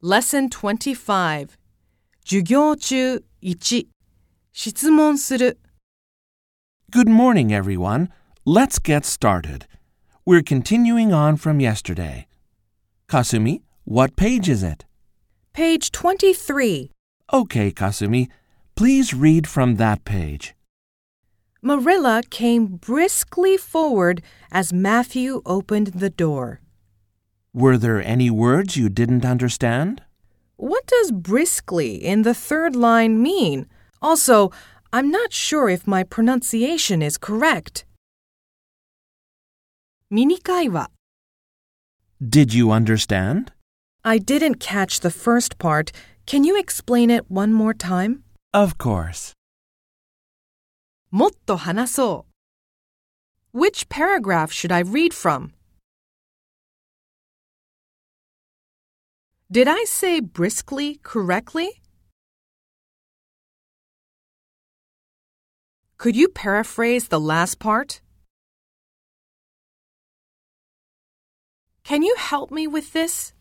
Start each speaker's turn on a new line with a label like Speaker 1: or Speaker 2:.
Speaker 1: Lesson 25授業中1質問する
Speaker 2: Good morning, everyone. Let's get started. We're continuing on from yesterday. Kasumi, what page is it?
Speaker 1: Page 23
Speaker 2: Okay, Kasumi, please read from that page.
Speaker 1: Marilla came briskly forward as Matthew opened the door.
Speaker 2: Were there any words you didn't understand?
Speaker 1: What does briskly in the third line mean? Also, I'm not sure if my pronunciation is correct. ミニ会話
Speaker 2: Did you understand?
Speaker 1: I didn't catch the first part. Can you explain it one more time?
Speaker 2: Of course.
Speaker 1: もっと話そう Which paragraph should I read from? Did I say briskly correctly? Could you paraphrase the last part? Can you help me with this?